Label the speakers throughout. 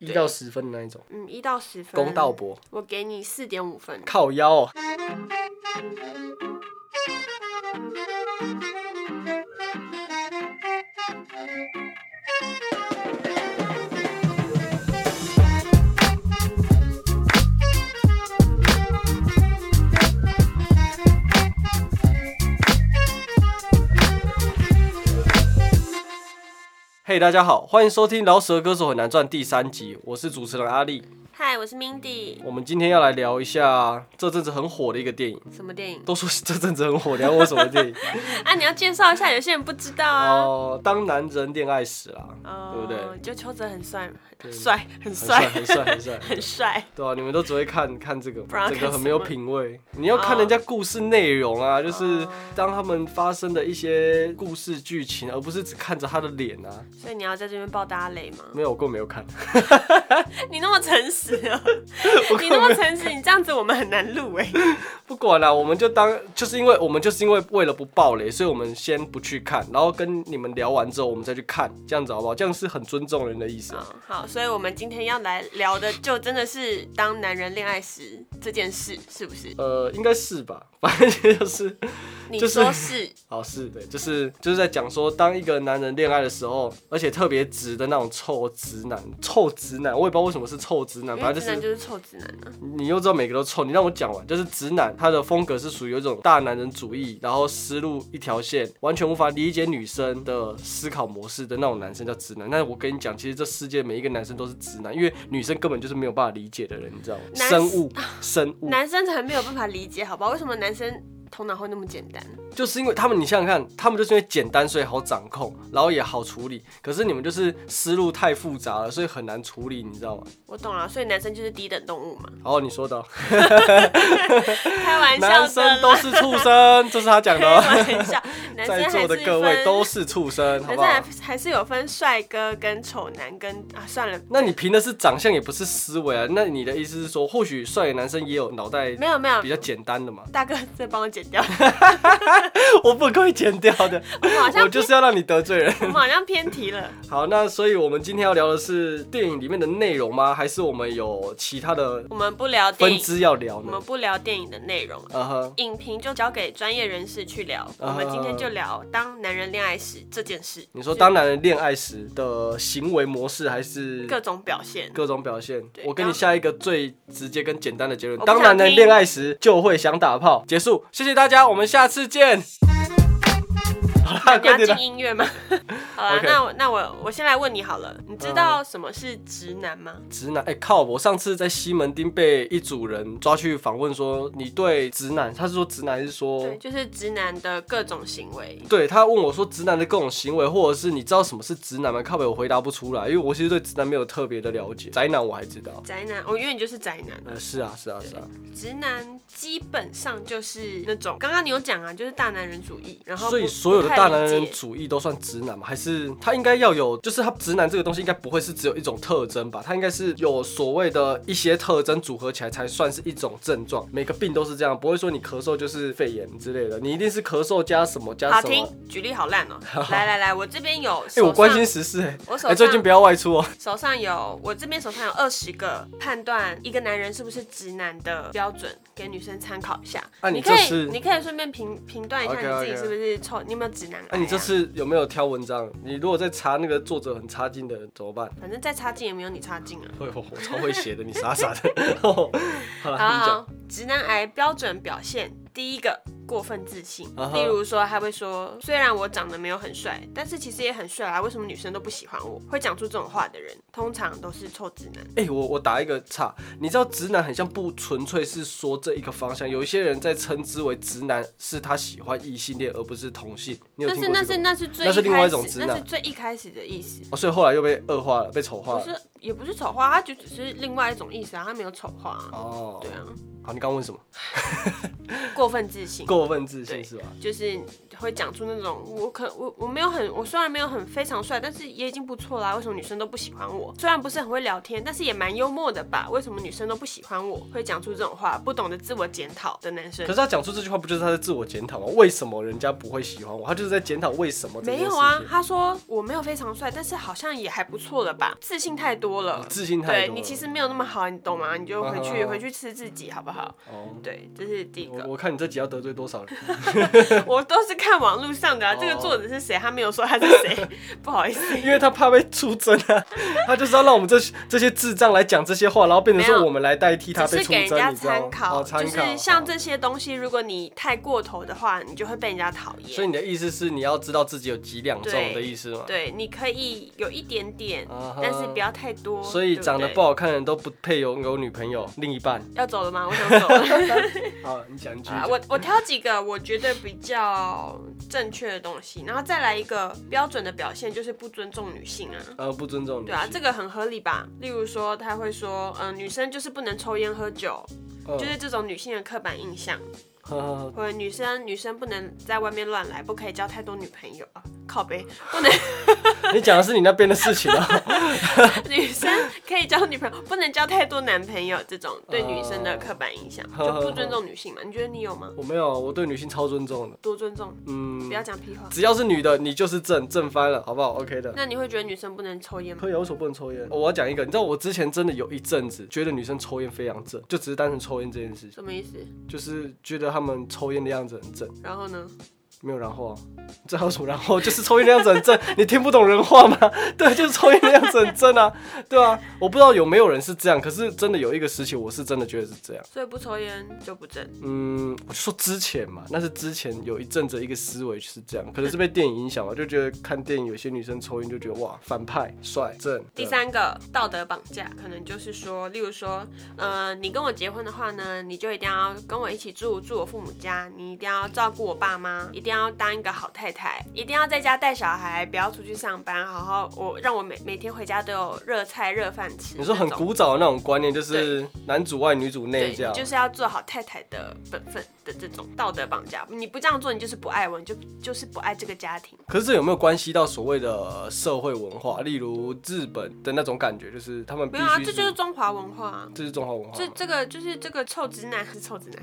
Speaker 1: 一到十分的那一种，
Speaker 2: 嗯，一到十分，
Speaker 1: 公道，博，
Speaker 2: 我给你四点五分。
Speaker 1: 靠腰哦。嘿、大家好，欢迎收听《饶舌歌手很难赚》第三集，我是主持人阿力。
Speaker 2: 嗨，我是 Mindy。
Speaker 1: 我们今天要来聊一下这阵子很火的一个电影，
Speaker 2: 什么电影？
Speaker 1: 嗯都说是这阵子很火，聊我什么电影？
Speaker 2: 啊，你要介绍一下，有些人不知道啊。
Speaker 1: 哦、当男人恋爱时啦，对
Speaker 2: 哦
Speaker 1: 不对？
Speaker 2: 就邱泽很帅，
Speaker 1: 对
Speaker 2: 很帅，很
Speaker 1: 很帅，
Speaker 2: 帅，
Speaker 1: 很帅，很帅。
Speaker 2: 很帅。
Speaker 1: 对啊，你们都只会看看这个，
Speaker 2: 不然要
Speaker 1: 整个
Speaker 2: 看
Speaker 1: 很
Speaker 2: 什
Speaker 1: 没有
Speaker 2: 么
Speaker 1: 品味。你要看人家故事内容啊，就是当他们发生的一些故事剧情，而不是只看着他的脸啊。
Speaker 2: 所以你要在这边爆大家雷吗？
Speaker 1: 没有，我根本没有看，
Speaker 2: 你那么诚实哦，
Speaker 1: 我
Speaker 2: 你
Speaker 1: 根
Speaker 2: 那
Speaker 1: 本
Speaker 2: 么诚实，你这样子我们很难录哎。
Speaker 1: 不管啦、我们就当就是因为我们就是因为为了不暴雷，所以我们先不去看，然后跟你们聊完之后，我们再去看，这样子好不好？这样是很尊重人的意思啊。
Speaker 2: 嗯好，所以我们今天要来聊的，就真的是当男人恋爱时这件事，是不是？
Speaker 1: 呃，应该是吧， 反正就是，
Speaker 2: 你
Speaker 1: 就是
Speaker 2: 说是，
Speaker 1: 好是对，就是就是在讲说，当一个男人恋爱的时候，而且特别直的那种臭直男，臭直男，我也不知道为什么是臭直男，
Speaker 2: 因为
Speaker 1: 反正
Speaker 2: 直
Speaker 1: 就
Speaker 2: 男
Speaker 1: 是
Speaker 2: 就是臭直男啊。
Speaker 1: 你又知道每个都臭，你让我讲完，就是直男他的风格是属于有一种大男人主义，然后思路一条线，完全无法理解女生的思考模式的那种男生叫直男。但是我跟你讲，其实这世界每一个男生都是直男，因为女生根本就是没有办法理解的人，你知道吗？
Speaker 2: 男
Speaker 1: 生物，生物，
Speaker 2: 男生才没有办法理解，好吧？为什么男生头脑会那么简单？
Speaker 1: 就是因为他们，你想想看，他们就是因为简单，所以好掌控，然后也好处理。可是你们就是思路太复杂了，所以很难处理，你知道吗？
Speaker 2: 我懂啊了，所以男生就是低等动物 嘛，
Speaker 1: 然后你说的哦，
Speaker 2: 开玩笑
Speaker 1: 男
Speaker 2: 的
Speaker 1: 生
Speaker 2: 啦，
Speaker 1: 都是畜生，这是他讲的
Speaker 2: 开
Speaker 1: 哦。
Speaker 2: 玩笑，男生
Speaker 1: 在
Speaker 2: 还是
Speaker 1: 座的各位
Speaker 2: 分
Speaker 1: 都是畜生，好
Speaker 2: 男
Speaker 1: 不
Speaker 2: 生还
Speaker 1: 好？
Speaker 2: 还是有分帅哥跟丑男跟啊，算了，
Speaker 1: 那你凭的是长相，也不是思维啊。那你的意思是说，或许帅的男生也有脑袋
Speaker 2: 没有没有
Speaker 1: 比，较简单的嘛？
Speaker 2: 大哥再帮我剪掉，
Speaker 1: 我不会剪掉的，
Speaker 2: 我们好
Speaker 1: 我
Speaker 2: 像
Speaker 1: 就是要让你得罪人。
Speaker 2: 我们好像偏题了，
Speaker 1: 好，那所以我们今天要聊的是电影里面的内容吗？还是我们有其他的
Speaker 2: 我们不聊电
Speaker 1: 分
Speaker 2: 影，
Speaker 1: 支要聊
Speaker 2: 我
Speaker 1: 呢
Speaker 2: 们？不聊电影的内容。
Speaker 1: 嗯哼，
Speaker 2: 影评就交给专业人士去聊，我们今天就聊当男人恋爱时这件事。
Speaker 1: 你说当男人恋爱时的行为模式，还是
Speaker 2: 各种表现，
Speaker 1: 各种表现？
Speaker 2: 对
Speaker 1: 我给
Speaker 2: 当
Speaker 1: 你下一个最直接跟简单的结论：
Speaker 2: 我不
Speaker 1: 当
Speaker 2: 想
Speaker 1: 男人
Speaker 2: 听
Speaker 1: 恋爱时就会想打炮。结束，谢谢大家，我们下次 见。好啦，
Speaker 2: 你要
Speaker 1: 快点啦
Speaker 2: 进音乐吗？好啦
Speaker 1: OK
Speaker 2: 那我那我我先来问你好了，你知道什么是直男吗？
Speaker 1: 直男，哎、靠！我上次在西门町被一组人抓去访问说，你对直男，他是说直男还是说
Speaker 2: 对，？就是直男的各种行为。
Speaker 1: 对他问我说，直男的各种行为，或者是你知道什么是直男吗？靠北，我回答不出来，因为我其实对直男没有特别的了解。宅男我还知道，
Speaker 2: 宅男，哦我、因为你就是宅男。
Speaker 1: 呃，是啊，是啊，是啊，
Speaker 2: 直男基本上就是那种，刚刚你有讲啊，就是大男人主义，然后
Speaker 1: 所以
Speaker 2: 不
Speaker 1: 所有的大男
Speaker 2: 不太
Speaker 1: 人
Speaker 2: 理解
Speaker 1: 主义都算直男吗？还是他应该要有，就是他直男这个东西应该不会是只有一种特征吧？他应该是有所谓的一些特征组合起来才算是一种症状。每个病都是这样，不会说你咳嗽就是肺炎之类的，你一定是咳嗽加什么加
Speaker 2: 好
Speaker 1: 啊什么。
Speaker 2: 听，举例好烂 哦、来来来，我这边有
Speaker 1: 哎、
Speaker 2: 手上，
Speaker 1: 我关心时事哎、
Speaker 2: 我手
Speaker 1: 哎、
Speaker 2: 上
Speaker 1: 最近不要外出哦、
Speaker 2: 手上有，我这边手上有二十个判断一个男人是不是直男的标准，给女生参考一下。
Speaker 1: 啊你
Speaker 2: 你可
Speaker 1: 这是
Speaker 2: 以，你可以顺便评评断一下
Speaker 1: OK，OK
Speaker 2: 你自己是不是臭你有没有直男癌、啊？
Speaker 1: 那、哎你这次有没有挑文章？你如果在查那个作者很差劲的人怎么办？
Speaker 2: 反正再差劲也没有你差劲啊。
Speaker 1: 哎呦，我超会写的，你傻傻的。 哦好啊了，
Speaker 2: 好
Speaker 1: 你
Speaker 2: 好
Speaker 1: 讲。
Speaker 2: 好，直男癌标准表现，第一个过分自信
Speaker 1: 啊哈
Speaker 2: 例如说他会说，虽然我长得没有很帅，但是其实也很帅啊，为什么女生都不喜欢我？会讲出这种话的人，通常都是臭直男。
Speaker 1: 哎、我我打一个岔，你知道直男很像不纯粹是说这一个方向，有一些人在称之为直男，是他喜欢异性恋而不是同性。你有
Speaker 2: 但
Speaker 1: 听
Speaker 2: 是
Speaker 1: 过
Speaker 2: 那
Speaker 1: 这个吗？
Speaker 2: 是那是最
Speaker 1: 那是另外一种
Speaker 2: 开始
Speaker 1: 直男
Speaker 2: 那是最一开始的意思。
Speaker 1: 哦，所以后来又被恶化了，被丑化
Speaker 2: 不
Speaker 1: 了。
Speaker 2: 是，也不是丑话，他就只是另外一种意思啊，他没有丑话、啊。
Speaker 1: 哦，
Speaker 2: 对啊，
Speaker 1: 好，你刚刚问什么？
Speaker 2: 过分自信，
Speaker 1: 过分自
Speaker 2: 对
Speaker 1: 信是吧？
Speaker 2: 就是会讲出那种我可我我没有很我虽然没有很非常帅，但是也已经不错啦、为什么女生都不喜欢我？虽然不是很会聊天，但是也蛮幽默的吧？为什么女生都不喜欢我？会讲出这种话，不懂得自我检讨的男生
Speaker 1: 可是。他讲出这句话，不就是他在自我检讨吗？为什么人家不会喜欢我？他就是在检讨为什么这
Speaker 2: 没
Speaker 1: 件事
Speaker 2: 有啊
Speaker 1: 情，。
Speaker 2: 他说我没有非常帅，但是好像也还不错了吧？自信太多多了。
Speaker 1: 哦自信太
Speaker 2: 对
Speaker 1: 多了。
Speaker 2: 你其实没有那么好，你懂吗？你就回去
Speaker 1: 啊
Speaker 2: 回去吃自己好不好？
Speaker 1: 哦，
Speaker 2: 对，这是第一
Speaker 1: 我
Speaker 2: 个。
Speaker 1: 我看你这集要得罪多少人？
Speaker 2: 我都是看网络上的、啊，
Speaker 1: 哦
Speaker 2: 这个作者是谁？他没有说他是谁， 不好意思。
Speaker 1: 因为他怕被出征啊，他就是要让我们这这些智障来讲这些话，然后变成
Speaker 2: 没
Speaker 1: 说
Speaker 2: 有
Speaker 1: 我们来代替他
Speaker 2: 只
Speaker 1: 被
Speaker 2: 是
Speaker 1: 出
Speaker 2: 给
Speaker 1: 征，
Speaker 2: 人家
Speaker 1: 你知道
Speaker 2: 参
Speaker 1: 吗？
Speaker 2: 考，
Speaker 1: 哦参
Speaker 2: 就
Speaker 1: 考
Speaker 2: 是像。
Speaker 1: 哦
Speaker 2: 这些东西，如果你太过头的话，你就会被人家讨厌。
Speaker 1: 所以你的意思是你要知道自己有几两重的意思吗？
Speaker 2: 对，你可以有一点点，
Speaker 1: 啊哈
Speaker 2: 但是不要太多。
Speaker 1: 所以长得
Speaker 2: 对
Speaker 1: 不
Speaker 2: 对
Speaker 1: 好看的人都不配拥有女朋友、另一半。
Speaker 2: 要走了吗？我想走 了。
Speaker 1: 好，你讲一句。
Speaker 2: 啊我我挑几个我觉得比较正确的东西，然后再来一个标准的表现，就是不尊重女性啊。
Speaker 1: 呃，不尊重女
Speaker 2: 对啊，这
Speaker 1: 性。
Speaker 2: 个很合理吧？例如说，他会说，嗯、女生就是不能抽烟喝酒，
Speaker 1: 嗯
Speaker 2: 就是这种女性的刻板印象，
Speaker 1: 呵呵呵
Speaker 2: 或者女生女生不能在外面乱来，不可以交太多女朋友啊，靠背，不能
Speaker 1: 你讲的是你那边的事情啊。
Speaker 2: 女生可以交女朋友，不能交太多男朋友，这种对女生的刻板印象，
Speaker 1: 呵
Speaker 2: 就
Speaker 1: 呵
Speaker 2: 不尊重女性嘛？你觉得你有吗？
Speaker 1: 我没有，我对女性超尊重的。
Speaker 2: 多尊重，
Speaker 1: 嗯
Speaker 2: 不，要讲屁话。
Speaker 1: 只要是女的，你就是正正翻了，好不好？OK 的。
Speaker 2: 那你会觉得女生不能抽烟吗？
Speaker 1: 可以啊，为什么不能抽烟？我要讲一个，你知道我之前真的有一阵子觉得女生抽烟非常正，就只是单纯抽烟这件事情，
Speaker 2: 什么意思？
Speaker 1: 就是觉得她们抽烟的样子很正，
Speaker 2: 然后呢？
Speaker 1: 没有然后啊，这还有什么然后？就是抽烟的样子很正， 你听不懂人话吗？ 对，就是抽烟的样子很正啊， 对啊，我不知道有没有人是这样，可是真的有一个时期，我是真的觉得是这样。
Speaker 2: 所以不抽烟就不正。
Speaker 1: 嗯，我就说之前嘛，那是之前有一阵子一个思维是这样，可能是被电影影响吧，就觉得看电影有些女生抽烟就觉得哇反派帅正。
Speaker 2: 第
Speaker 1: 对啊
Speaker 2: 三个道德绑架，可能就是说，例如说，呃，你跟我结婚的话呢，你就一定要跟我一起住，住我父母家，你一定要照顾我爸妈，一定要当一个好太太，一定要在家带小孩，不要出去上班，好好我让我每每天回家都有热菜热饭吃。
Speaker 1: 你说很
Speaker 2: 这种
Speaker 1: 古早的那种观念，就是男主外女主内
Speaker 2: 对，
Speaker 1: 这样
Speaker 2: 你。就是要做好太太的本分的这种道德绑架，你不这样做，你就是不爱我，你就就是不爱这个家庭。
Speaker 1: 可是这有没有关系到所谓的社会文化？例如日本的那种感觉，就是他们必
Speaker 2: 没有啊，
Speaker 1: 须
Speaker 2: 这就是中华文化啊。
Speaker 1: 这是中华文化
Speaker 2: 这
Speaker 1: 吗。
Speaker 2: 这个就是这个臭直男是 臭直 男，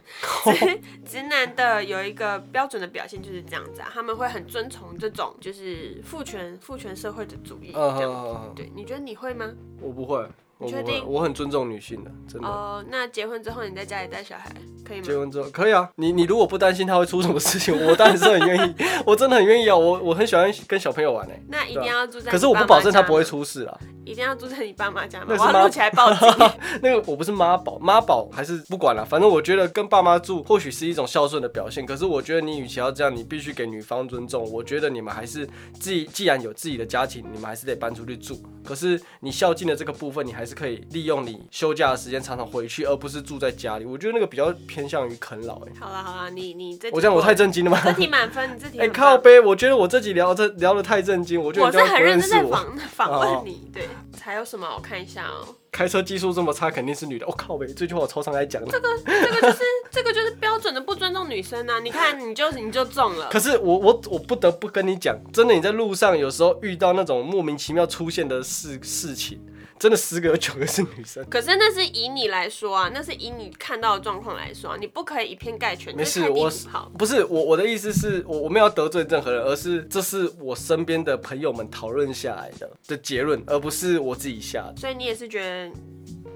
Speaker 2: 直直男的有一个标准的表现就是这样子啊，他们会很遵从这种就是父权父权社会的主义
Speaker 1: 嗯
Speaker 2: 这样子。
Speaker 1: 嗯，
Speaker 2: 对，你觉得你会吗？
Speaker 1: 我不会，我
Speaker 2: 你
Speaker 1: 不
Speaker 2: 确
Speaker 1: 会，
Speaker 2: 定
Speaker 1: 我很尊重女性的，真的。
Speaker 2: 哦、那结婚之后你在家里带小孩可以
Speaker 1: 结
Speaker 2: 吗？
Speaker 1: 婚之后可以啊，你你如果不担心他会出什么事情，我当然是很愿意，我真的很愿意啊，我我很喜欢跟小朋友玩诶、欸
Speaker 2: 那一定要住在、
Speaker 1: 啊可是我不保证他不会，出事啊啦，
Speaker 2: 一定要住在你爸妈家吗？
Speaker 1: 那
Speaker 2: 我
Speaker 1: 是妈
Speaker 2: 要录起来报警。
Speaker 1: 那个我不是妈宝，妈宝还是不管了，反正我觉得跟爸妈住或许是一种孝顺的表现。可是我觉得你与其要这样，你必须给女方尊重。我觉得你们还是自己，既然有自己的家庭，你们还是得搬出去住。可是你孝敬的这个部分，你还是可以利用你休假的时间常常回去，而不是住在家里。我觉得那个比较偏向于啃老、欸。
Speaker 2: 好了好了，你你这
Speaker 1: 我这样我太震 惊了吗？
Speaker 2: 这题满分，你这题
Speaker 1: 哎、
Speaker 2: 很棒
Speaker 1: 靠背，我觉得我这集聊这聊的太震惊，我觉得
Speaker 2: 我
Speaker 1: 人
Speaker 2: 是
Speaker 1: 家
Speaker 2: 很
Speaker 1: 不
Speaker 2: 认
Speaker 1: 认
Speaker 2: 真
Speaker 1: 识
Speaker 2: 在
Speaker 1: 我。
Speaker 2: 访访
Speaker 1: 哦
Speaker 2: 问你，对，还有什么？我看一下哦，
Speaker 1: 开车技术这么差，肯定是女的。我、靠背，这句话我超常来讲的。
Speaker 2: 这个就是 这个就是标准的不尊重女生啊！你看，你就你就中了
Speaker 1: 可。是我我我不得不跟你讲，真的，你在路上有时候遇到那种莫名其妙出现的事事情，真的十个有九个是女生。
Speaker 2: 可是那是以你来说啊，那是以你看到的状况来说啊，你不可以以偏概全。
Speaker 1: 没事，
Speaker 2: 这是太
Speaker 1: 我
Speaker 2: 低
Speaker 1: 是
Speaker 2: 俗好，
Speaker 1: 不是我我的意思是我我没有要得罪任何人，而是这是我身边的朋友们讨论下来的的结论，而不是我自己下的。
Speaker 2: 所以你也是觉得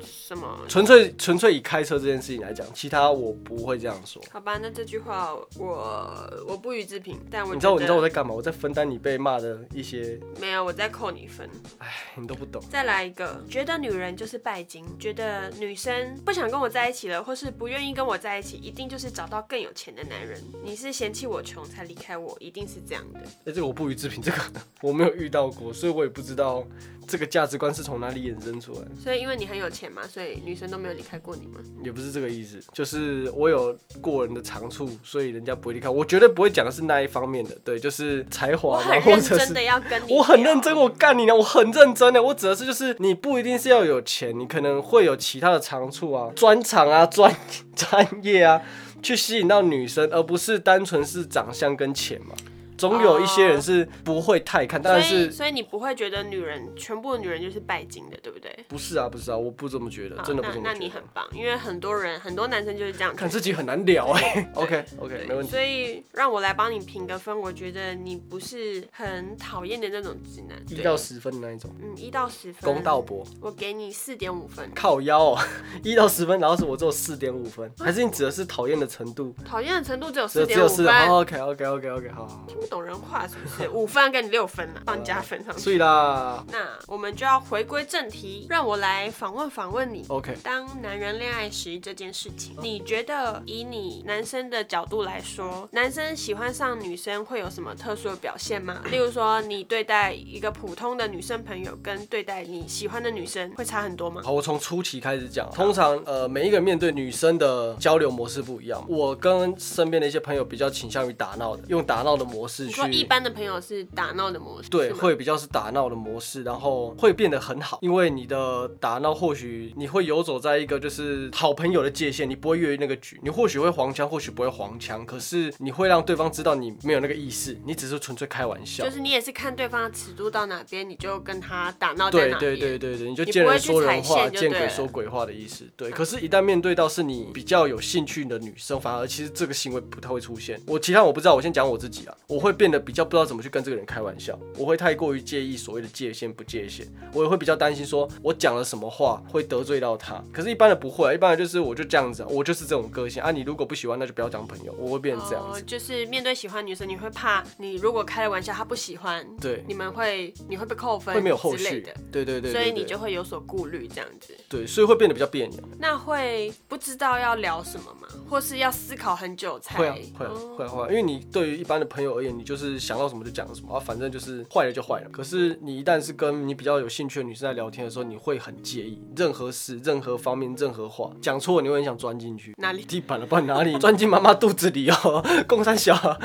Speaker 2: 什么？
Speaker 1: 纯粹纯粹以开车这件事情来讲，其他我不会这样说。
Speaker 2: 好吧，那这句话我我不予置评，但我
Speaker 1: 你知道我
Speaker 2: 觉
Speaker 1: 你
Speaker 2: 得
Speaker 1: 知道我在干嘛？我在分担你被骂的一些，
Speaker 2: 没有，我在扣你分。
Speaker 1: 哎，你都不懂。
Speaker 2: 再来一个，觉得女人就是拜金，觉得女生不想跟我在一起了，或是不愿意跟我在一起，一定就是找到更有钱的男人。你是嫌弃我穷才离开我，一定是这样的。
Speaker 1: 哎、这个我不予置评，这个我没有遇到过，所以我也不知道这个价值观是从哪里衍生出来的，
Speaker 2: 所以因为你很有钱嘛，所以女生都没有离开过你吗？
Speaker 1: 也不是这个意思，就是我有过人的长处，所以人家不会离开。我绝对不会讲的是那一方面的，对，就是才
Speaker 2: 我
Speaker 1: 华嘛，
Speaker 2: 很
Speaker 1: 或
Speaker 2: 认
Speaker 1: 者
Speaker 2: 真
Speaker 1: 是
Speaker 2: 的。要跟你，
Speaker 1: 我很认
Speaker 2: 啊
Speaker 1: 真，。我干你呢！我很认真欸的，我指的是就是你不一定是要有钱，你可能会有其他的长处啊、专长啊、专 专业啊，去吸引到女生，而不是单纯是长相跟钱嘛。总有一些人是不会太看，
Speaker 2: 哦所
Speaker 1: 但
Speaker 2: 以
Speaker 1: 是
Speaker 2: 所以你不会觉得女人全部的女人就是拜金的，对不对？
Speaker 1: 不是啊，不是啊，我不这么觉得，
Speaker 2: 好
Speaker 1: 真的不
Speaker 2: 那
Speaker 1: 这
Speaker 2: 那
Speaker 1: 么
Speaker 2: 你
Speaker 1: 觉得
Speaker 2: 很。棒，因为很多人很多男生就是这样 觉
Speaker 1: 看
Speaker 2: 得。
Speaker 1: 自己很难 聊哎、OK
Speaker 2: 对
Speaker 1: OK，没问题
Speaker 2: 所。以让我来帮你评个分，我觉得你不是很讨厌的那种直男。
Speaker 1: 一
Speaker 2: 对
Speaker 1: 到十分的那一种，
Speaker 2: 嗯，一到十分，
Speaker 1: 公道，博
Speaker 2: 我给你四点五分。
Speaker 1: 靠腰 哦，一到十分，然后是我只有四点五分，还是你指的是讨厌的程度？
Speaker 2: 讨厌的程度只有
Speaker 1: 只
Speaker 2: 嗯四
Speaker 1: 有只
Speaker 2: 点五
Speaker 1: 有四
Speaker 2: 分，嗯
Speaker 1: ，OK OK OK OK，好好好，
Speaker 2: 听不懂人话是不是？五分给你六分了，帮你加分上去。
Speaker 1: 所以啦
Speaker 2: 那我们就要回归正题，让我来访问访问你。
Speaker 1: ，OK，
Speaker 2: 当男人恋爱时这件事情，你觉得以你男生的角度来说，男生喜欢上女生会有什么特殊的表现吗？例如说，你对待一个普通的女生朋友，跟对待你喜欢的女生会差很多吗？
Speaker 1: 好，我从初期开始讲。通常，呃，每一个人面对女生的交流模式不一样。我跟身边的一些朋友比较倾向于打闹的，用打闹的模式
Speaker 2: 你
Speaker 1: 去
Speaker 2: 说一般的朋友是打闹的模式，
Speaker 1: 对，
Speaker 2: 是吗
Speaker 1: 会比较是打闹的模式，然后会变得很好，因为你的打闹或许你会游走在一个就是好朋友的界限，你不会越于那个局，你或许会黄腔，或许不会黄腔，可是你会让对方知道你没有那个意思，你只是纯粹开玩笑
Speaker 2: 就。是你也是看对方的尺度到哪边，你就跟他打闹在
Speaker 1: 对
Speaker 2: 哪边。
Speaker 1: 对对对对，你就
Speaker 2: 你
Speaker 1: 见
Speaker 2: 不
Speaker 1: 人
Speaker 2: 会去
Speaker 1: 说人
Speaker 2: 踩
Speaker 1: 话，
Speaker 2: 线就
Speaker 1: 见
Speaker 2: 对
Speaker 1: 鬼
Speaker 2: 了
Speaker 1: 说鬼话的意思。对，可是，一旦面对到是你比较有兴趣的女生，反而其实这个行为不太会出现。我其他我不知道，我先讲我自己啊，我会变得比较不知道怎么去跟这个人开玩笑，我会太过于介意所谓的界限不界限，我也会比较担心说我讲了什么话会得罪到他。可是，一般的不会、啊，一般的就是我就这样子、啊，我就是这种个性啊。你如果不喜欢，那就不要当朋友，我会变成这样
Speaker 2: 哦
Speaker 1: 子。，
Speaker 2: 就是面对喜欢的女生，你会怕你如果开了玩笑，她不喜欢，
Speaker 1: 对
Speaker 2: 你们会你会被扣分，
Speaker 1: 会没有后
Speaker 2: 之类
Speaker 1: 续
Speaker 2: 的，，
Speaker 1: 对对对对
Speaker 2: 所以你
Speaker 1: 对
Speaker 2: 就会有所顾虑这样子。
Speaker 1: 对，所以会变得比较别扭。
Speaker 2: 那会不知道要聊什么吗？或是要思考很久才？
Speaker 1: 会啊，会啊，
Speaker 2: 哦
Speaker 1: 会啊，会啊，因为你对于一般的朋友而言，你就是想到什么就讲什么，啊，反正就是坏了就坏了。可是你一旦是跟你比较有兴趣的女生在聊天的时候，你会很介意任何事、任何方面、任何话，讲错你会很想钻进去
Speaker 2: 哪里
Speaker 1: 地板了，不然哪里钻进妈妈肚子里哦，共三小啊，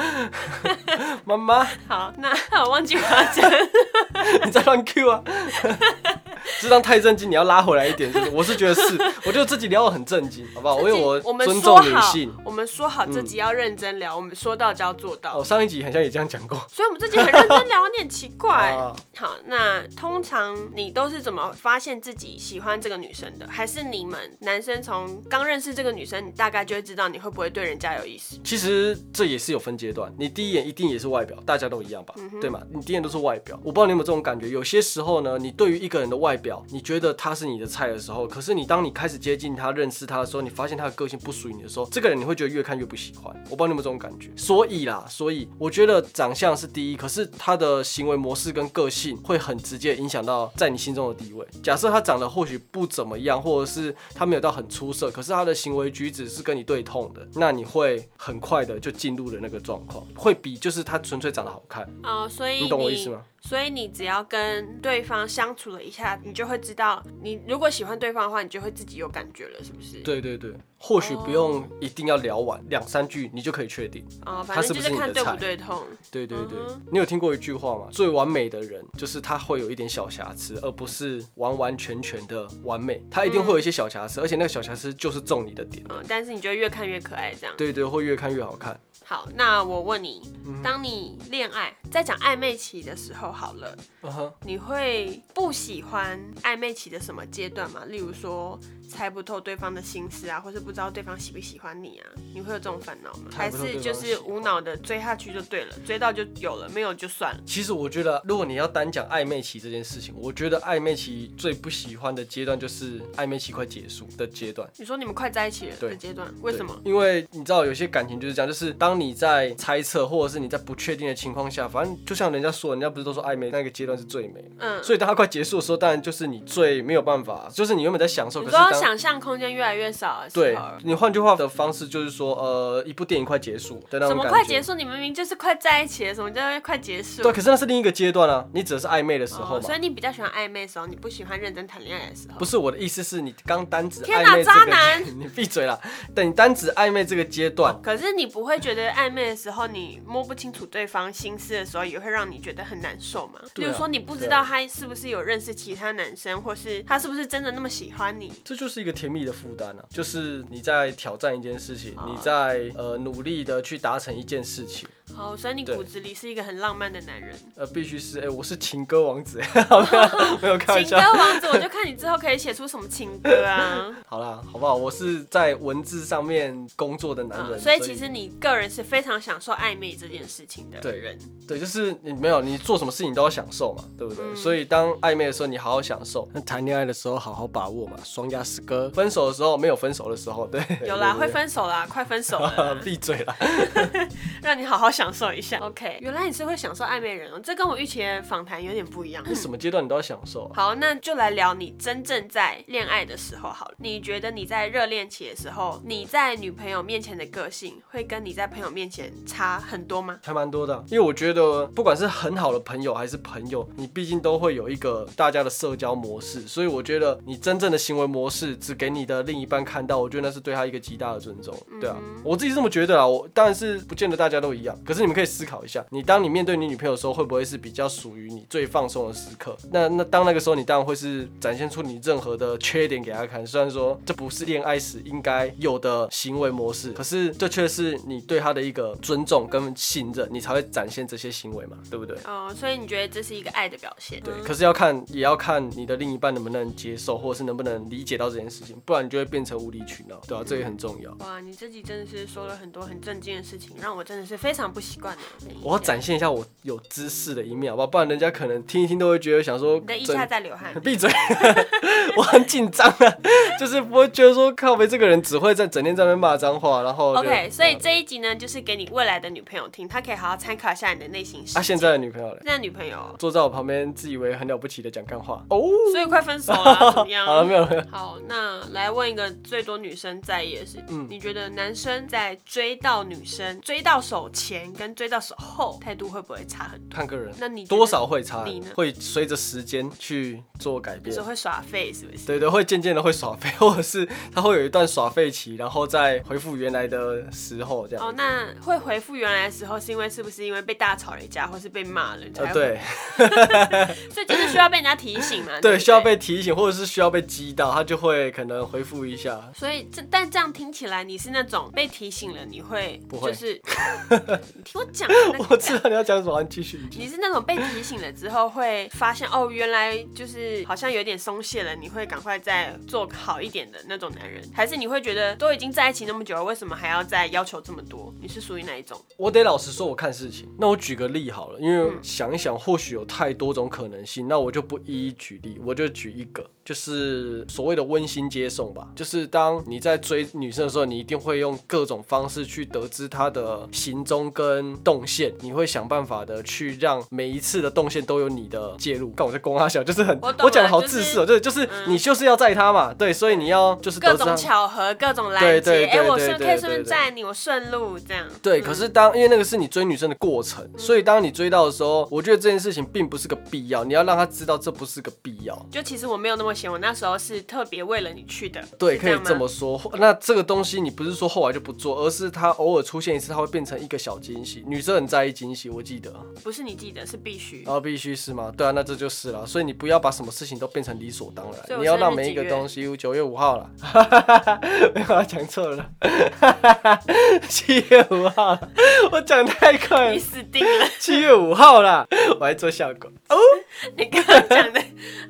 Speaker 1: 妈妈
Speaker 2: 好，那那 我忘记我要讲，
Speaker 1: 你在乱 Q 啊。这张太震惊，你要拉回来一点，就是我是觉得是，我觉得自己聊得很震惊，好不好？因为
Speaker 2: 我们
Speaker 1: 尊
Speaker 2: 说
Speaker 1: 重女
Speaker 2: 好
Speaker 1: 性。，嗯
Speaker 2: 我们说好这集要认真聊，我们说到就要做到。
Speaker 1: 哦，上一集好像也这样讲过。
Speaker 2: 所以我们这集很认真聊，你很奇 怪
Speaker 1: 啊。
Speaker 2: 好，那通常你都是怎么发现自己喜欢这个女生的？还是你们男生从刚认识这个女生，你大概就会知道你会不会对人家有意思？
Speaker 1: 其实这也是有分阶段，你第一眼一定也是外表，大家都一样吧，对吗？你第一眼都是外表，我不知道你有没有这种感觉。有些时候呢，你对于一个人的外表，你觉得他是你的菜的时候，可是你当你开始接近他、认识他的时候，你发现他的个性不属于你的时候，这个人你会觉得越看越不喜欢。我不知道你有没有这种感觉。所以啦，所以我觉得长相是第一，可是他的行为模式跟个性会很直接影响到在你心中的地位。假设他长得或许不怎么样，或者是他没有到很出色，可是他的行为举止是跟你对痛的，那你会很快的就进入了那个状况，会比就是他纯粹长得好看，
Speaker 2: 哦，所以
Speaker 1: 你懂我意思吗？
Speaker 2: 所以你只要跟对方相处了一下，你就会知道，你如果喜欢对方的话，你就会自己有感觉了，是不是？。
Speaker 1: 对对对，或许不用一定要聊完两三句，你就可以确定。
Speaker 2: 哦，反
Speaker 1: 他是
Speaker 2: 正
Speaker 1: 不
Speaker 2: 就是是
Speaker 1: 你的
Speaker 2: 看对
Speaker 1: 菜
Speaker 2: 不对痛。
Speaker 1: 对对对
Speaker 2: 嗯，
Speaker 1: 你有听过一句话吗？最完美的人就是他会有一点小瑕疵，而不是完完全全的完美。他一定会有一些小瑕疵，而且那个小瑕疵就是中你的点。
Speaker 2: 嗯，但是你就会越看越可爱这样。
Speaker 1: 对对，嗯会越看越好看。
Speaker 2: 好，那我问你，当你恋爱在讲暧昧期的时候，好了，
Speaker 1: 嗯哼，
Speaker 2: 你会不喜欢暧昧期的什么阶段吗？例如说猜不透对方的心思啊，或是不知道对方喜不喜欢你啊，你会有这种烦恼吗？
Speaker 1: 猜
Speaker 2: 还
Speaker 1: 不透
Speaker 2: 是
Speaker 1: 对方
Speaker 2: 就
Speaker 1: 喜
Speaker 2: 是
Speaker 1: 不喜欢
Speaker 2: 无脑的追下去就对了，追到就有了，没有就算了。
Speaker 1: 其实我觉得，如果你要单讲暧昧期这件事情，我觉得暧昧期最不喜欢的阶段就是暧昧期快结束的阶段。
Speaker 2: 你说你们快在一起了
Speaker 1: 对
Speaker 2: 的阶段，为什么？
Speaker 1: 对因为你知道，有些感情就是这样，就是当你在猜测或者是你在不确定的情况下，反正就像人家说，人家不是都说暧昧那个阶段是最美的。
Speaker 2: 嗯，
Speaker 1: 所以当它快结束的时候，当然就是你最没有办法，就是你原本在享受，可
Speaker 2: 你
Speaker 1: 是
Speaker 2: 说
Speaker 1: 当
Speaker 2: 想象空间越来越少的时
Speaker 1: 对
Speaker 2: 候。
Speaker 1: 你换句话的方式就是说，呃，一部电影快结束的那
Speaker 2: 什
Speaker 1: 种
Speaker 2: 么
Speaker 1: 感觉。
Speaker 2: 快结束？你明明就是快在一起了，什么叫快结束？
Speaker 1: 对，可是那是另一个阶段啊，你指的是暧昧的时候
Speaker 2: 哦，
Speaker 1: 嘛。
Speaker 2: 所以你比较喜欢暧昧的时候，你不喜欢认真谈恋爱的时候。
Speaker 1: 不是我的意思是你刚单指
Speaker 2: 天
Speaker 1: 暧
Speaker 2: 哪
Speaker 1: 昧
Speaker 2: 渣
Speaker 1: 这个，
Speaker 2: 男 哦
Speaker 1: 你闭嘴啦！等你单指暧昧这个阶段，
Speaker 2: 可是你不会觉得暧昧的时候，你摸不清楚对方心思的时候，也会让你觉得很难受吗？比
Speaker 1: 对啊
Speaker 2: 如说你不知道他是不是有认识其他男生，或是他是不是真的那么喜欢你。
Speaker 1: 这就是一个甜蜜的负担啊，
Speaker 2: 哦
Speaker 1: 就是你在挑战一件事情，你在呃努力的去达成一件事情，
Speaker 2: 好，哦所以你
Speaker 1: 对
Speaker 2: 骨子里是一个很浪漫的男人。
Speaker 1: 呃，必须是哎、我是情歌王子， 没有开玩
Speaker 2: 情歌
Speaker 1: 笑。
Speaker 2: 王子，我就看你之后可以写出什么情 歌啊。
Speaker 1: 好啦，好不好？我是在文字上面工作的男人，
Speaker 2: 嗯所以其实你个人是非常享受暧昧这件事情的
Speaker 1: 对
Speaker 2: 人。
Speaker 1: 对，就是你没有你做什么事情都要享受嘛，对不对？
Speaker 2: 嗯
Speaker 1: 所以当暧昧的时候，你好好享受；那谈恋爱的时候，好好把握嘛。双压十哥，分手的时候没有分手的时候，对，
Speaker 2: 有啦，
Speaker 1: 对
Speaker 2: 会。分手啦，快分手
Speaker 1: 对 对
Speaker 2: 了，
Speaker 1: 闭嘴啦！
Speaker 2: 让你好好享受一下。OK，原 来你是会享受暧昧人哦，这跟我预期的访谈有点不一样。
Speaker 1: 什么阶段你都要享受啊、
Speaker 2: 好，那就来聊你真正在恋爱的时候好了。你觉得你在热恋期的时候，你在女朋友面前的个性会跟你在朋友面前差很多吗？
Speaker 1: 还蛮多的啊，因为我觉得不管是很好的朋友还是朋友，你毕竟都会有一个大家的社交模式，所以我觉得你真正的行为模式只给你的另一半看到，我觉得那是对他一个极大的尊重，对啊，
Speaker 2: 嗯
Speaker 1: 我自己是这么觉得啊，我当然是不见得大家都一样，可是你们可以思考一下，你当你面对你女朋友的时候，会不会是比较属于你最放松的时刻？那那当那个时候，你当然会是展现出你任何的缺点给她看，虽然说这不是恋爱时应该有的行为模式，可是这却是你对她的一个尊重跟信任，你才会展现这些行为嘛，对不对？
Speaker 2: 哦、所以你觉得这是一个爱的表现？
Speaker 1: 对，
Speaker 2: 嗯
Speaker 1: 可是要看，也要看你的另一半能不能接受，或者是能不能理解到这件事情，不然你就会变成无理取闹，对啊，这也很重要。
Speaker 2: 哇，你自己真的是说了很多很震惊的事情，让我真的是非常不习惯的。
Speaker 1: 我要展现一下我有知识的一面，好不好？不然人家可能听一听都会觉得想说
Speaker 2: 你的，腋
Speaker 1: 整。
Speaker 2: 下在流汗
Speaker 1: 闭嘴！我很紧张啊，就是不会觉得说靠北这个人只会在整天在那边骂脏话，然后就
Speaker 2: OK，所以这一集呢，就是给你未来的女朋友听，她可以好好参考一下你的内心世界。
Speaker 1: 啊，现在的女朋友嘞，
Speaker 2: 现在女朋友，
Speaker 1: 坐在我旁边自以为很了不起的讲干话哦，
Speaker 2: 所以快分手了，啊怎么 样？
Speaker 1: 好了没有没有，
Speaker 2: 好，那来问一个最多女生在意的事情，
Speaker 1: 嗯
Speaker 2: 你觉得男生在追到女生、追到手前跟追到手后态度会不会差很多？
Speaker 1: 看个人，
Speaker 2: 那你觉得
Speaker 1: 多少会差
Speaker 2: 你呢，
Speaker 1: 会随着时间去做改
Speaker 2: 有
Speaker 1: 变
Speaker 2: 时候。会耍废是不是？
Speaker 1: 对对，会渐渐的会耍废， 或者是他会有一段耍废期，然后再恢复原来的时候这样。
Speaker 2: 哦，那会回复原来的时候，是因为是不是因为被大吵了一架，或是被骂了，你才
Speaker 1: 呃，
Speaker 2: 会
Speaker 1: 对，
Speaker 2: 所以就是需要被人家提醒 嘛。不
Speaker 1: 对，需要。被提醒，或者是需要被激到，他就会可能回复一下。
Speaker 2: 所以这但这样听起来，你是那种被提醒了，你会
Speaker 1: 不会
Speaker 2: 就是 你听我讲啊，那
Speaker 1: 我
Speaker 2: 个
Speaker 1: 知道你要讲什么，你继续。
Speaker 2: 你是那种被提醒了之后会发现哦，原来就是好像有点松懈了，你会赶快再做好一点的那种男人，还是你会觉得都已经在一起那么久了，为什么还要再要求这么多？你是属于哪一种？
Speaker 1: 我得老实说，我看事情。那我举个例好了，因
Speaker 2: 嗯
Speaker 1: 为想一想，或许有太多种可能性，那我就不一一举例，我就举一个，就是所谓的温馨接送吧。就是当你在追女生的时候，你一定会用各种方式去得知她的行踪跟动线，你会想办法的去让每一次的动线都有你的介入。干我在公阿小，就是很
Speaker 2: 我懂
Speaker 1: 我讲的
Speaker 2: 了
Speaker 1: 好
Speaker 2: 就
Speaker 1: 自
Speaker 2: 是嗯
Speaker 1: 私哦，对，就是你就是要载她嘛，对，所以你要就是得
Speaker 2: 各
Speaker 1: 知她
Speaker 2: 种巧合，各种拦
Speaker 1: 对
Speaker 2: 截，
Speaker 1: 对
Speaker 2: 哎、
Speaker 1: 对
Speaker 2: 我
Speaker 1: 对
Speaker 2: 顺
Speaker 1: 对
Speaker 2: 可以
Speaker 1: 对
Speaker 2: 顺便
Speaker 1: 对
Speaker 2: 载你，我顺路这样。
Speaker 1: 对，可是
Speaker 2: 嗯
Speaker 1: 当因为那个是你追女生的过程，所以当你追到的时候，我觉得这件事情并不是个必要，你要让她知道这不是个必要。
Speaker 2: 就其实我没有那么闲，我那时候是特别为了你去的。
Speaker 1: 对，
Speaker 2: 是
Speaker 1: 可以
Speaker 2: 样吗
Speaker 1: 这么说。或那这个东西你不是说后来就不做，而是它偶尔出现一次，它会变成一个小惊喜。女生很在意惊喜，我记得。
Speaker 2: 不是你记得，是必须。
Speaker 1: 然后必须是吗？对啊，那这就是啦。所以你不要把什么事情都变成理所当
Speaker 2: 所以
Speaker 1: 然，
Speaker 2: 我
Speaker 1: 你要
Speaker 2: 生日
Speaker 1: 让每一
Speaker 2: 几
Speaker 1: 个
Speaker 2: 月
Speaker 1: 东西。九月五号啦， 没有啊讲错了， 七月五号啦， 我讲太快了，
Speaker 2: 你死定了！
Speaker 1: 七月五号啦，我还做效果。
Speaker 2: 你刚刚讲的，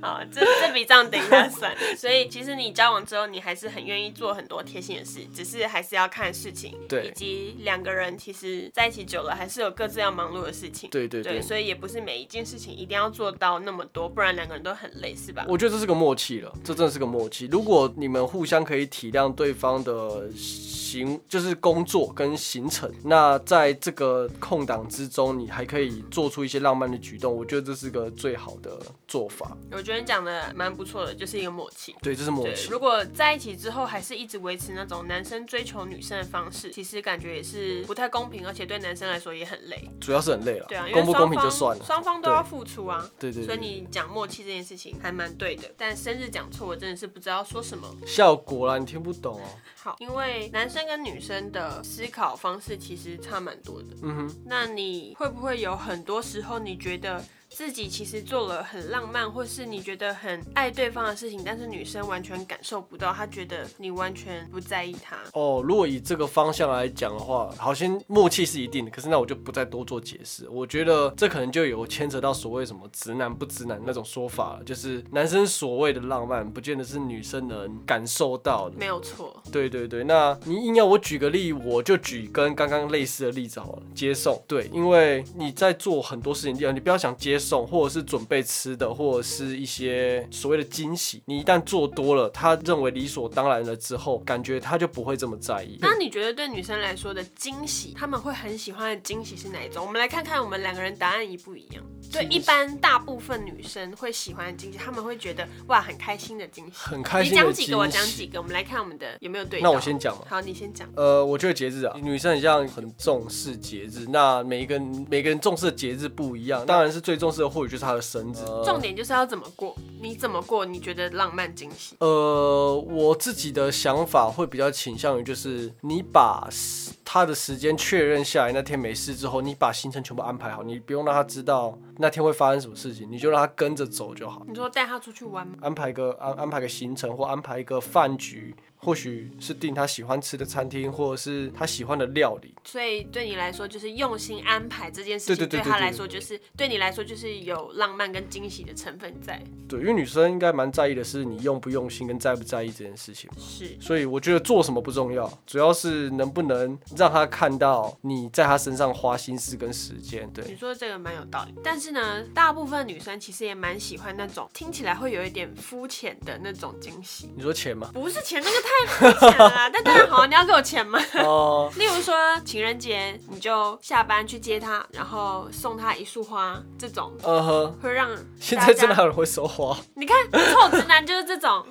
Speaker 2: 好，这这笔账等一下算。所以其实你交往之后，你还是很愿意做很多贴心的事，只是还是要看事情，
Speaker 1: 对
Speaker 2: 以及两个人其实在一起久了，还是有各自要忙碌的事情。
Speaker 1: 对对对
Speaker 2: 所以也不是每一件事情一定要做到那么多，不然两个人都很累，是吧？
Speaker 1: 我觉得这是个默契了，这真的是个默契。如果你们互相可以体谅对方的行，就是工作跟行程，那在这个空档之中，你还可以做出一些浪漫的举动，我觉得这是个最好的做法。
Speaker 2: 我觉得你讲的蛮不错的，就是一个默契。
Speaker 1: 对，这是默
Speaker 2: 对，
Speaker 1: 契。
Speaker 2: 如果在一起之后还是一直维持那种男生追求女生的方式，其实感觉也是不太公平，而且对男生来说也很累。
Speaker 1: 主要是很累了
Speaker 2: 对啊，，因为
Speaker 1: 公不公
Speaker 2: 双
Speaker 1: 平就
Speaker 2: 方
Speaker 1: 算了。
Speaker 2: 双方都
Speaker 1: 对
Speaker 2: 要付出啊。
Speaker 1: 对对
Speaker 2: 所以
Speaker 1: 对
Speaker 2: 你讲默契这件事情还蛮对的，但生日讲错，我真的是不知道说什么
Speaker 1: 效果啦，你听不懂哦、
Speaker 2: 好，因为男生跟女生的思考方式其实差蛮多的。
Speaker 1: 嗯哼，
Speaker 2: 那你会不会有很多时候你觉得自己其实做了很浪漫，或是你觉得很爱对方的事情，但是女生完全感受不到，她觉得你完全不在意她。
Speaker 1: 哦，如果以这个方向来讲的话，好像默契是一定的，可是那我就不再多做解释。我觉得这可能就有牵扯到所谓什么直男不直男那种说法了，就是男生所谓的浪漫，不见得是女生能感受到的。
Speaker 2: 没有错，
Speaker 1: 对对对，那你硬要我举个例，我就举跟刚刚类似的例子好了。接送，对，因为你在做很多事情，呃你不要想接送，或者是准备吃的，或者是一些所谓的惊喜，你一旦做多了，他认为理所当然了之后，感觉他就不会这么在意。
Speaker 2: 那你觉得对女生来说的惊喜，她们会很喜欢的惊喜是哪一种？我们来看看我们两个人答案一不一样。对，
Speaker 1: 惊喜
Speaker 2: 一般大部分女生会喜欢的惊喜，她们会觉得哇很开心的惊喜。
Speaker 1: 很开
Speaker 2: 你
Speaker 1: 心
Speaker 2: 讲
Speaker 1: 的
Speaker 2: 几个，我讲
Speaker 1: 惊
Speaker 2: 几
Speaker 1: 喜。
Speaker 2: 个，我们来看我们的有没有对到。
Speaker 1: 那我先讲嘛。
Speaker 2: 好，你先讲。
Speaker 1: 呃，我觉得节日啊，女生很像很重视节日，那每一个人每个人重视的节日不一样，当然是最重视的或许就是她的生日。呃
Speaker 2: 重点就是要怎么过，你怎么过，你觉得浪漫惊喜？
Speaker 1: 呃，我自己的想法会比较倾向于，就是你把时他的时间确认下来，那天没事之后，你把行程全部安排好，你不用让他知道那天会发生什么事情，你就让他跟着走就好。
Speaker 2: 你说带她出去玩吗？
Speaker 1: 安排个安安排个行程，或安排一个饭局，或许是订他喜欢吃的餐厅，或者是他喜欢的料理。
Speaker 2: 所以对你来说就是用心安排这件事
Speaker 1: 对
Speaker 2: 情，
Speaker 1: 对对
Speaker 2: 对
Speaker 1: 对
Speaker 2: 她来说就是对你来说就是有浪漫跟惊喜的成分在。
Speaker 1: 对，因为女生应该蛮在意的是你用不用心跟在不在意这件事情。
Speaker 2: 是，
Speaker 1: 所以我觉得做什么不重要，主要是能不能让他看到你在他身上花心思跟时间。
Speaker 2: 你
Speaker 1: 对，
Speaker 2: 说这个蛮有道理。但是呢，大部分女生其实也蛮喜欢那种听起来会有一点肤浅的那种惊喜。？
Speaker 1: 你说钱吗
Speaker 2: 不是钱，那个太肤浅了 啦。但当然好，你要给我钱吗？
Speaker 1: 哦、
Speaker 2: 例如说情人节，你就下班去接她，然后送她一束花，这种
Speaker 1: 嗯哼，
Speaker 2: 会让
Speaker 1: 现
Speaker 2: 大
Speaker 1: 在
Speaker 2: 家
Speaker 1: 真的还有人会收花。
Speaker 2: 你看，臭直男就是 这种，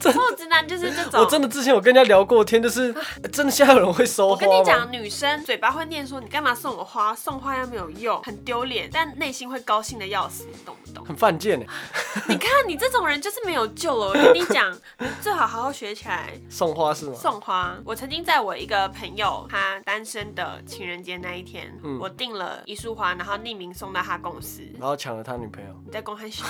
Speaker 2: 臭直男就是这种。
Speaker 1: 我真的之前有跟人家聊过天，就是呃真的现在有人会收
Speaker 2: 啊我
Speaker 1: 花
Speaker 2: 跟你
Speaker 1: 吗？
Speaker 2: 讲，女生嘴巴会念说你干嘛送我花，送花又没有用，很丢脸，但内心会高兴的要死，你懂不懂？
Speaker 1: 很犯贱哎，
Speaker 2: 你看你这种人就是没有救了。我跟你讲， 你最好好好学起来。
Speaker 1: 送花是吗？
Speaker 2: 送花，我曾经在我一个朋友他单身的情人节那一天，
Speaker 1: 嗯
Speaker 2: 我订了一束花，然后匿名送到他公司。
Speaker 1: 然后抢了他女朋友，
Speaker 2: 你在公开小？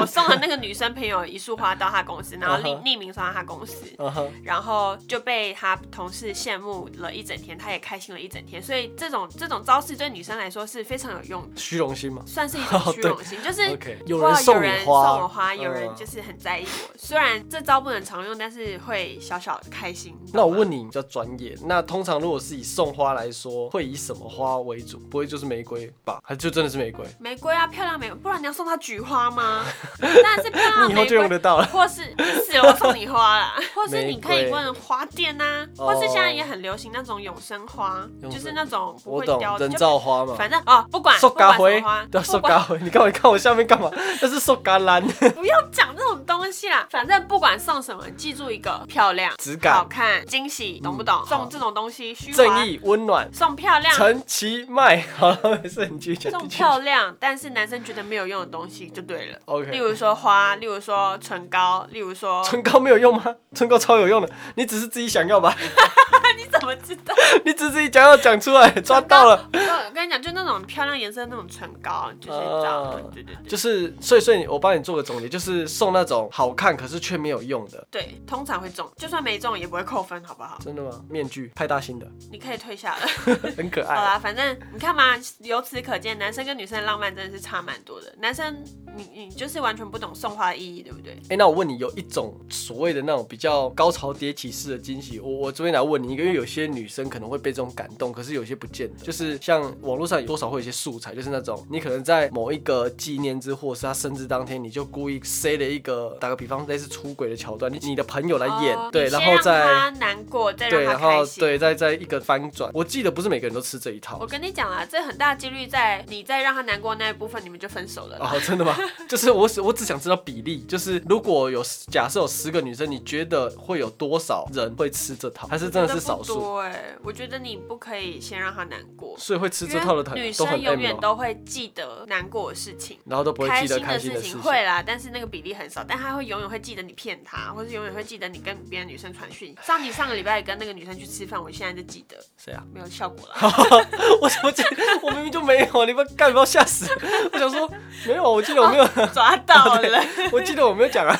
Speaker 2: 我送了那个女生朋友一束花到他公司，然后
Speaker 1: 嗯
Speaker 2: 匿
Speaker 1: 哼
Speaker 2: 匿名送到他公司。
Speaker 1: 嗯哼，
Speaker 2: 然后就被他同事羡慕了一整天，他也开心了一整天，所以这种这种招式对女生来说是非常有用的，
Speaker 1: 虚荣心嘛。
Speaker 2: 算是一种虚荣心， 就是。
Speaker 1: 哦 OK，有人
Speaker 2: 哇，有
Speaker 1: 送你
Speaker 2: 人送
Speaker 1: 花，
Speaker 2: 我花，有人
Speaker 1: 嗯
Speaker 2: 就是很在意我。虽然这招不能常用，但是会小小的开心。
Speaker 1: 那我问你，比较专业，那通常如果是以送花来说，会以什么花为主？不会就是玫瑰吧？还就真的是玫瑰？
Speaker 2: 玫瑰啊，漂亮玫瑰，不然你要送她菊 花吗？当然是漂亮
Speaker 1: 你以后
Speaker 2: 的啊玫
Speaker 1: 就用
Speaker 2: 瑰，
Speaker 1: 得到了。
Speaker 2: 或是你死了我送你 花啦，或是
Speaker 1: 玫瑰
Speaker 2: 你可以问花店呐、
Speaker 1: 哦
Speaker 2: 或是现在也很流行那种永生花，
Speaker 1: 永生
Speaker 2: 就是那种不
Speaker 1: 哦我
Speaker 2: 会
Speaker 1: 懂
Speaker 2: 凋的，
Speaker 1: 人
Speaker 2: 就
Speaker 1: 造花嘛，
Speaker 2: 反正哦，不管
Speaker 1: 塑
Speaker 2: 不
Speaker 1: 胶
Speaker 2: 管什么
Speaker 1: 灰
Speaker 2: 花，，
Speaker 1: 对啊，塑胶
Speaker 2: 不管
Speaker 1: 灰。你 看我，你看我下面干嘛？那是塑胶篮，
Speaker 2: 不要讲这种东西啦。反正不管送什么，记住一个漂亮、
Speaker 1: 质感
Speaker 2: 好看、惊喜，懂不懂？
Speaker 1: 好
Speaker 2: 送这种东西虚华，
Speaker 1: 正义、温暖、
Speaker 2: 送漂亮，
Speaker 1: 陈其迈。好了，没事，你继续讲。
Speaker 2: 送
Speaker 1: 继续
Speaker 2: 漂亮，但是男生觉得没有用的东西就对了。例
Speaker 1: OK，
Speaker 2: 如说花，例如说唇膏，例如说，
Speaker 1: 唇膏没有用吗？唇膏超有用的，你只是自己想要吧？
Speaker 2: 你怎么知道？
Speaker 1: 你只是自己想要讲出来，抓到了。
Speaker 2: 唇膏。 我跟你讲，就那种漂亮颜色的那种唇膏，就是
Speaker 1: 啊
Speaker 2: 这样，对对对。
Speaker 1: 就是，所以，所以我帮你做个总结，就是送那种好看可是却没有用的，
Speaker 2: 对，通常会中，就算没中也不会扣分，好不好？
Speaker 1: 真的吗？面具派大星的，
Speaker 2: 你可以退下了。
Speaker 1: 很可
Speaker 2: 好
Speaker 1: 爱。
Speaker 2: 啦，反正你看嘛，由此可见，男生跟女生的浪漫真的是差蛮多的。男生，你你就是完全不懂送花的意义，对不对？
Speaker 1: 哎、那我问你，有一种所谓的那种比较高潮迭起式的惊喜，我我这边来问你一个，因为有些女生可能会被这种感动，可是有些不见得。就是像网络上有多少会有一些素材，就是那种你可能在某一个纪念日或是他生日当天，你就故意塞了一个，打个比方，类似出轨的桥段，你你的朋友来演，
Speaker 2: 哦
Speaker 1: 啊对，
Speaker 2: 你
Speaker 1: 然
Speaker 2: 先
Speaker 1: 后再
Speaker 2: 让他难过，再
Speaker 1: 对，
Speaker 2: 让
Speaker 1: 然
Speaker 2: 他开
Speaker 1: 后
Speaker 2: 心。
Speaker 1: 对，再再一个翻转。我记得不是每个人都吃这一套
Speaker 2: 我。跟你讲啊，这很大几率在你在让他难过那一部分，你们就分手了啦。
Speaker 1: 哦，真的吗？ 就是我只我只想知道比例，就是如果有假设有十个女生，你觉得会有多少人会吃这套？还是真的是少
Speaker 2: 我觉得
Speaker 1: 数？
Speaker 2: 不说、哎，我觉得你不可以先让他难过，
Speaker 1: 所以会吃
Speaker 2: 因
Speaker 1: 这
Speaker 2: 为
Speaker 1: 套的他
Speaker 2: 女
Speaker 1: 都
Speaker 2: 生
Speaker 1: 很
Speaker 2: 永
Speaker 1: M
Speaker 2: 远
Speaker 1: 哦，
Speaker 2: 都会记得难过的事情。
Speaker 1: 然后都不会记得开心
Speaker 2: 的
Speaker 1: 的事情。
Speaker 2: 会啦，但是那个比例很少，但他会永远会记得你骗他，或是永远会记得你跟别的女生传讯。像你上个礼拜跟那个女生去吃饭，我现在就记得，
Speaker 1: 谁啊？
Speaker 2: 没有效果啦。
Speaker 1: 我怎么记？我明明就没有，你们干嘛吓死？我想说没有，啊我记得我没有，
Speaker 2: 抓到了。
Speaker 1: 我记得我没有讲啊。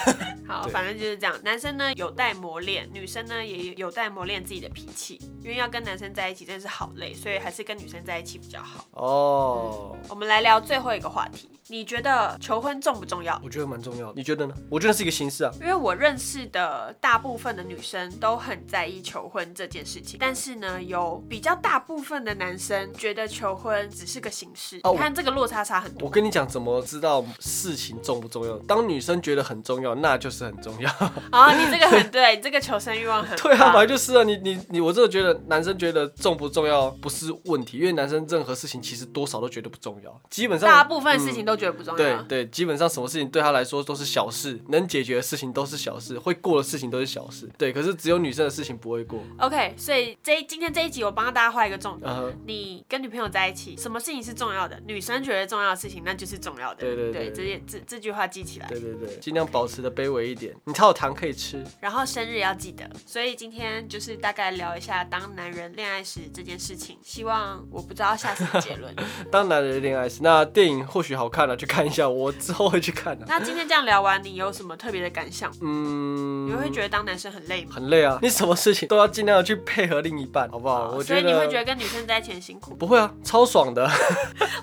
Speaker 2: 好，
Speaker 1: 对
Speaker 2: 反正就是这样。男生呢有待磨练，女生呢也有待磨练自己的脾气，因为要跟男生在一起真的是好累，所以还是跟女生在一起比较好。
Speaker 1: 哦，
Speaker 2: 我们来聊最后一个话题，你觉得求婚重不重要？
Speaker 1: 我觉得蛮重要的，你觉得呢？我觉得是一个形式啊。
Speaker 2: 因为我认识的大部分的女生都很在意求婚这件事情，但是呢，有比较大部分的男生觉得求婚只是个形式。
Speaker 1: 哦
Speaker 2: 你看这个落差差很多。
Speaker 1: 我跟你讲，怎么知道事情重不重要？当女生觉得很重要，那就是很重要。
Speaker 2: 啊、你这个 很对，你这个求生欲望很
Speaker 1: 哦对啊，
Speaker 2: 棒
Speaker 1: 本来就是啊。你你你，我真的觉得男生觉得重不重要不是问题，因为男生任何事情其实多少都觉得不重要，基本上
Speaker 2: 大部分啊事情都觉得不重要。
Speaker 1: 嗯对对，基本上什么事情对他来说都是小事，能解决的事情都是小事，会过的事情都是小事。对，可是只有女生的事情不会过。
Speaker 2: OK，所以这一今天这一集我帮大家画一个重点。
Speaker 1: 嗯哼
Speaker 2: 你跟女朋友在一起，什么事情是重要的？女生觉得重要的事情，那就是重要的。
Speaker 1: 对对对
Speaker 2: 这些这这句话记起来。
Speaker 1: 对对对，尽量保持的卑微一点，你才有糖可以吃。
Speaker 2: 然后生日要记得。所以今天就是大概聊一下当男人恋爱时这件事情，希望我不知道下次的结 论。
Speaker 1: 当男人的恋爱时，那电影或许好看啊了、去看一下，我之后会去看啊的、
Speaker 2: 那今天这样聊完，你有什么特别的感想？你
Speaker 1: 嗯，
Speaker 2: 会觉得当男生很累吗？
Speaker 1: 很累啊，你什么事情都要尽量的去配合另一半，好不好？我
Speaker 2: 哦所
Speaker 1: 觉
Speaker 2: 以你会
Speaker 1: 得
Speaker 2: 觉得跟女生在一起很辛苦。
Speaker 1: 不会啊，超爽的，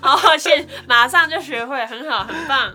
Speaker 2: 哦，现马上就学会，很好，很棒。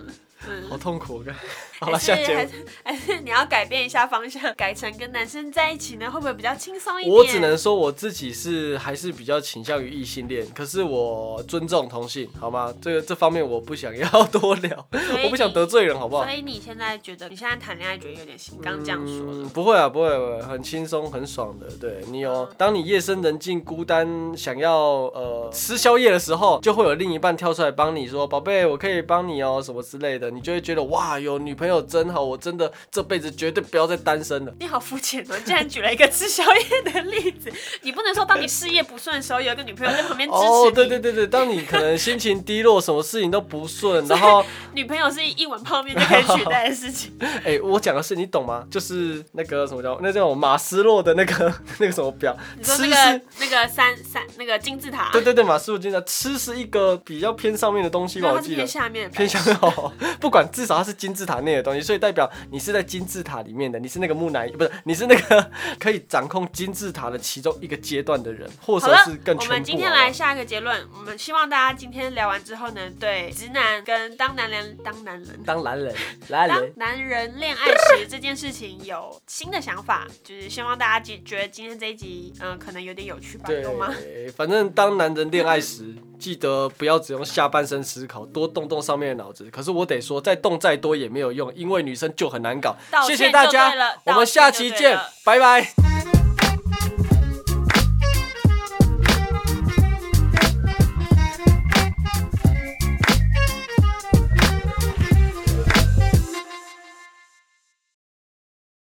Speaker 2: 嗯，
Speaker 1: 好痛苦。我看，好
Speaker 2: 还
Speaker 1: 了，
Speaker 2: 是
Speaker 1: 下节
Speaker 2: 还
Speaker 1: 目。
Speaker 2: 是还是你要改变一下方向，改成跟男生在一起呢，会不会比较轻松一点？
Speaker 1: 我只能说我自己是还是比较倾向于异性恋，可是我尊重同性，好吗？这个这方面我不想要多聊，
Speaker 2: 所以你
Speaker 1: 我不想得。罪人，好不好
Speaker 2: 所？以你现在觉得你现在谈恋爱觉得有点辛苦，刚刚这样说
Speaker 1: 嗯
Speaker 2: 了。
Speaker 1: 不会啊，不会，不会，很轻松，很爽的。对你有，当你夜深人静、孤单，想要呃吃宵夜的时候，就会有另一半跳出来帮你说：“宝贝，我可以帮你哦，什么之类的。”你就会觉得哇，有女朋友真好，我真的这辈子绝对不要再单身了。
Speaker 2: 你好肤浅哦！你竟然举了一个吃宵夜的例子， 你不能说当你事业不顺的时候，有一个女朋友在旁边支持你。
Speaker 1: 哦，对对对对，当你可能心情低落，什么事情都不 顺，然后
Speaker 2: 女朋友是一碗泡面就可以取代的 事情。
Speaker 1: 哎、我讲的是你懂吗？就是那个什么叫那叫什么马斯洛的那个那个什么表，
Speaker 2: 你说
Speaker 1: 吃
Speaker 2: 那
Speaker 1: 是
Speaker 2: 个。那个三三那个金字塔，
Speaker 1: 对对对，马斯洛经常吃是一个比较偏上面的东西
Speaker 2: 没
Speaker 1: 吧，
Speaker 2: 有
Speaker 1: 我
Speaker 2: 它是
Speaker 1: 记得
Speaker 2: 偏下面的吧，
Speaker 1: 偏向哦，不管至少它是金字塔内的东西，所以代表你是在金字塔里面的，你是那个木乃伊，不是你是那个可以掌控金字塔的其中一个阶段的人，或
Speaker 2: 好
Speaker 1: 者
Speaker 2: 了
Speaker 1: 是更，
Speaker 2: 我
Speaker 1: 全部。哦
Speaker 2: 们今天来下一个结论。我们希望大家今天聊完之后呢，对直男跟当男人、当男人、
Speaker 1: 当男人，男
Speaker 2: 当
Speaker 1: 人，
Speaker 2: 男人恋爱时这件事情有新的想法，就是希望大家觉觉得今天这一集，嗯、可能有点有趣吧？有吗？
Speaker 1: 对， 反正当男人恋爱时，记得不要只用下半身思考，多动动上面的脑子。可是我得说，再动再多也没有用，因为女生就很难搞
Speaker 2: 道。歉
Speaker 1: 谢谢大
Speaker 2: 就
Speaker 1: 家
Speaker 2: 对了，
Speaker 1: 我们
Speaker 2: 道歉
Speaker 1: 下
Speaker 2: 就
Speaker 1: 期
Speaker 2: 对
Speaker 1: 见
Speaker 2: 了，
Speaker 1: 拜拜。